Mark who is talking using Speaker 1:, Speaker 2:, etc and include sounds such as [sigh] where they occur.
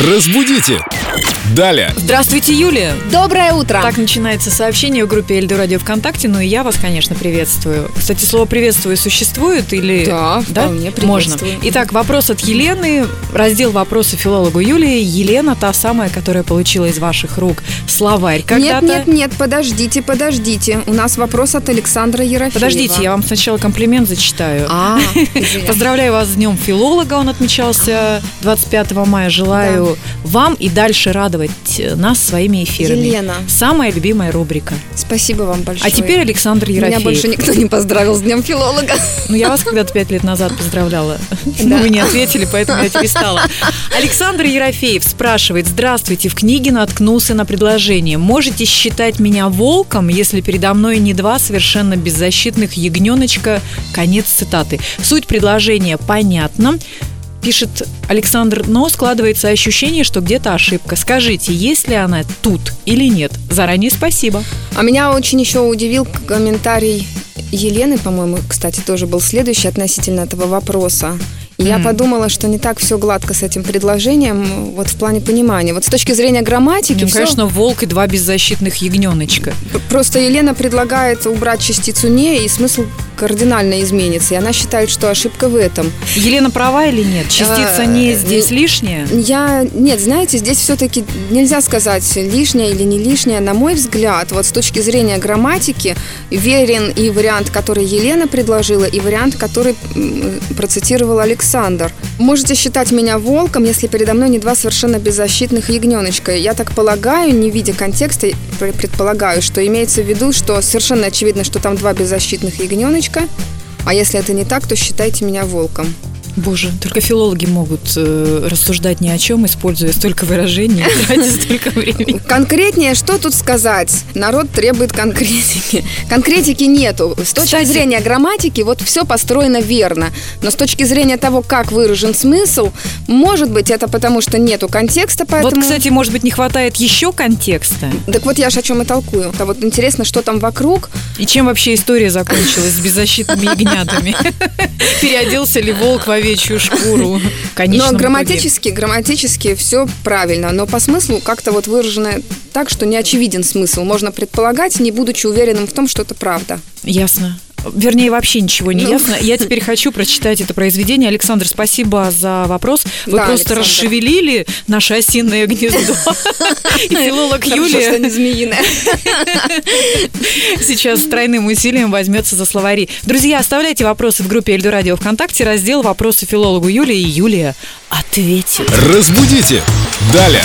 Speaker 1: Разбудите! Далее!
Speaker 2: Здравствуйте, Юлия!
Speaker 3: Доброе утро.
Speaker 2: Так начинается сообщение в группе Эльду Радио ВКонтакте, ну и я вас, конечно, приветствую. Кстати, слово «приветствую» существует или...
Speaker 3: Да, вполне
Speaker 2: Можно.
Speaker 3: приветствую.
Speaker 2: Итак, вопрос от Елены, раздел «Вопросы филологу Юлии». Елена та самая, которая получила из ваших рук словарь
Speaker 3: нет,
Speaker 2: когда-то.
Speaker 3: нет, нет, подождите, подождите. У нас вопрос от Александра Ерофеева.
Speaker 2: Подождите, я вам сначала комплимент зачитаю. [laughs]
Speaker 3: А, извиняюсь.
Speaker 2: Поздравляю вас с Днем филолога, он отмечался 25 мая. Желаю вам и дальше радовать э, нас своими эфирами.
Speaker 3: Елена.
Speaker 2: Самая любимая рубрика.
Speaker 3: спасибо вам большое.
Speaker 2: А теперь Александр
Speaker 3: меня
Speaker 2: Ерофеев.
Speaker 3: больше никто не поздравил с Днем филолога.
Speaker 2: Ну, я вас когда-то пять лет назад поздравляла.
Speaker 3: [laughs] Да.
Speaker 2: Ну, вы не ответили, поэтому я перестала. Александр Ерофеев спрашивает. Здравствуйте, в книге наткнулся на предложение. Можете считать меня волком, если передо мной не два совершенно беззащитных ягненочка? Конец цитаты. Суть предложения понятна. Пишет Александр, но складывается ощущение, что где-то ошибка. Скажите, есть ли она тут или нет? Заранее спасибо.
Speaker 3: А меня очень еще удивил комментарий Елены, по-моему, кстати, тоже был следующий относительно этого вопроса. И Я
Speaker 2: Мгм.
Speaker 3: подумала, что не так все гладко с этим предложением, вот в плане понимания. Вот с точки зрения грамматики,
Speaker 2: Ну,
Speaker 3: всё-
Speaker 2: конечно, волк и два беззащитных ягненочка.
Speaker 3: Просто Елена предлагает убрать частицу «не», и смысл кардинально изменится. И она считает, что ошибка в этом.
Speaker 2: Елена права или нет? Частица
Speaker 3: Э,
Speaker 2: не
Speaker 3: э,
Speaker 2: здесь лишняя?
Speaker 3: Я... Нет, знаете, здесь все-таки нельзя сказать, лишнее или не лишнее. На мой взгляд, вот с точки зрения грамматики, верен и вариант, который Елена предложила, и вариант, который м, процитировал Александр. Можете считать меня волком, если передо мной не два совершенно беззащитных ягненочка. Я так полагаю, не видя контекста, пр- предполагаю, что имеется в виду, что совершенно очевидно, что там два беззащитных ягненочка, а если это не так, то считайте меня волком.
Speaker 2: Боже, только филологи могут э, рассуждать ни о чем, используя столько выражений, [laughs] и тратя столько времени.
Speaker 3: Конкретнее, что тут сказать? Народ требует конкретики. Конкретики нету. С точки
Speaker 2: Кстати.
Speaker 3: зрения грамматики вот все построено верно. Но с точки зрения того, как выражен смысл, может быть, это потому, что нету контекста, поэтому...
Speaker 2: Вот, кстати, может быть, не хватает еще контекста.
Speaker 3: Так вот я же о чем и толкую. А вот интересно, что там вокруг.
Speaker 2: И чем вообще история закончилась с беззащитными ягнятами? [laughs] Переоделся ли волк в овечью шкуру? Конечно.
Speaker 3: Но грамматически, грамматически все правильно. Но по смыслу как-то вот выражено так, что не очевиден смысл. Можно предполагать, не будучи уверенным в том, что это правда.
Speaker 2: Ясно. Вернее, вообще ничего не
Speaker 3: Ну.
Speaker 2: ясно. Я теперь хочу прочитать это произведение. Александр, спасибо за вопрос. Вы
Speaker 3: Да,
Speaker 2: просто
Speaker 3: Александр.
Speaker 2: расшевелили наше осиное
Speaker 3: [laughs]
Speaker 2: гнездо. И филолог [laughs]
Speaker 3: Хорошо, что
Speaker 2: Юлия
Speaker 3: не змеиное.
Speaker 2: сейчас с тройным усилием возьмется за словари. Друзья, оставляйте вопросы в группе Эльду Радио ВКонтакте, раздел «Вопросы филологу Юлии» и Юлия ответит.
Speaker 1: Разбудите! Далее!